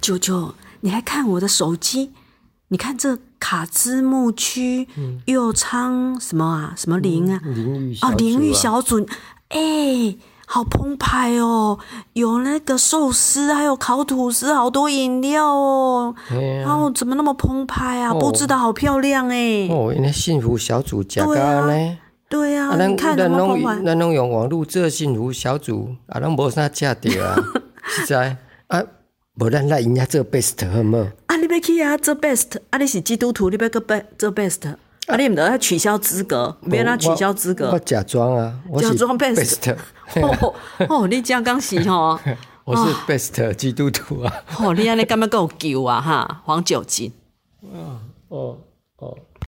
舅舅，你还看我的手机？你看这卡兹牧区、右仓什么啊，什么林啊，淋浴啊，淋浴嗯小组啊小组，哎、好澎湃哦！有那个寿司，还有烤吐司，好多饮料哦。嘿哎呀然后怎么那么澎湃啊？布置的好漂亮哎、哦，那幸福小组加对啊咖呢？对呀、啊，你咱看咱怎么拢澎用湃？咱拢用网络做幸福小组，啊，咱无啥食 着啊，实在啊，无咱来人家做 best 好无？啊，你要去啊，做 best，啊，你是基督徒，你要个 be 做 best，啊，你唔得要取消资格，别让他取消资哦我我格。假装啊，我是假装 best best， 哦哦，你这样刚洗哦，我是 best 基督徒啊。哦，你安尼干嘛够救啊哈？黄酒精，哦哦，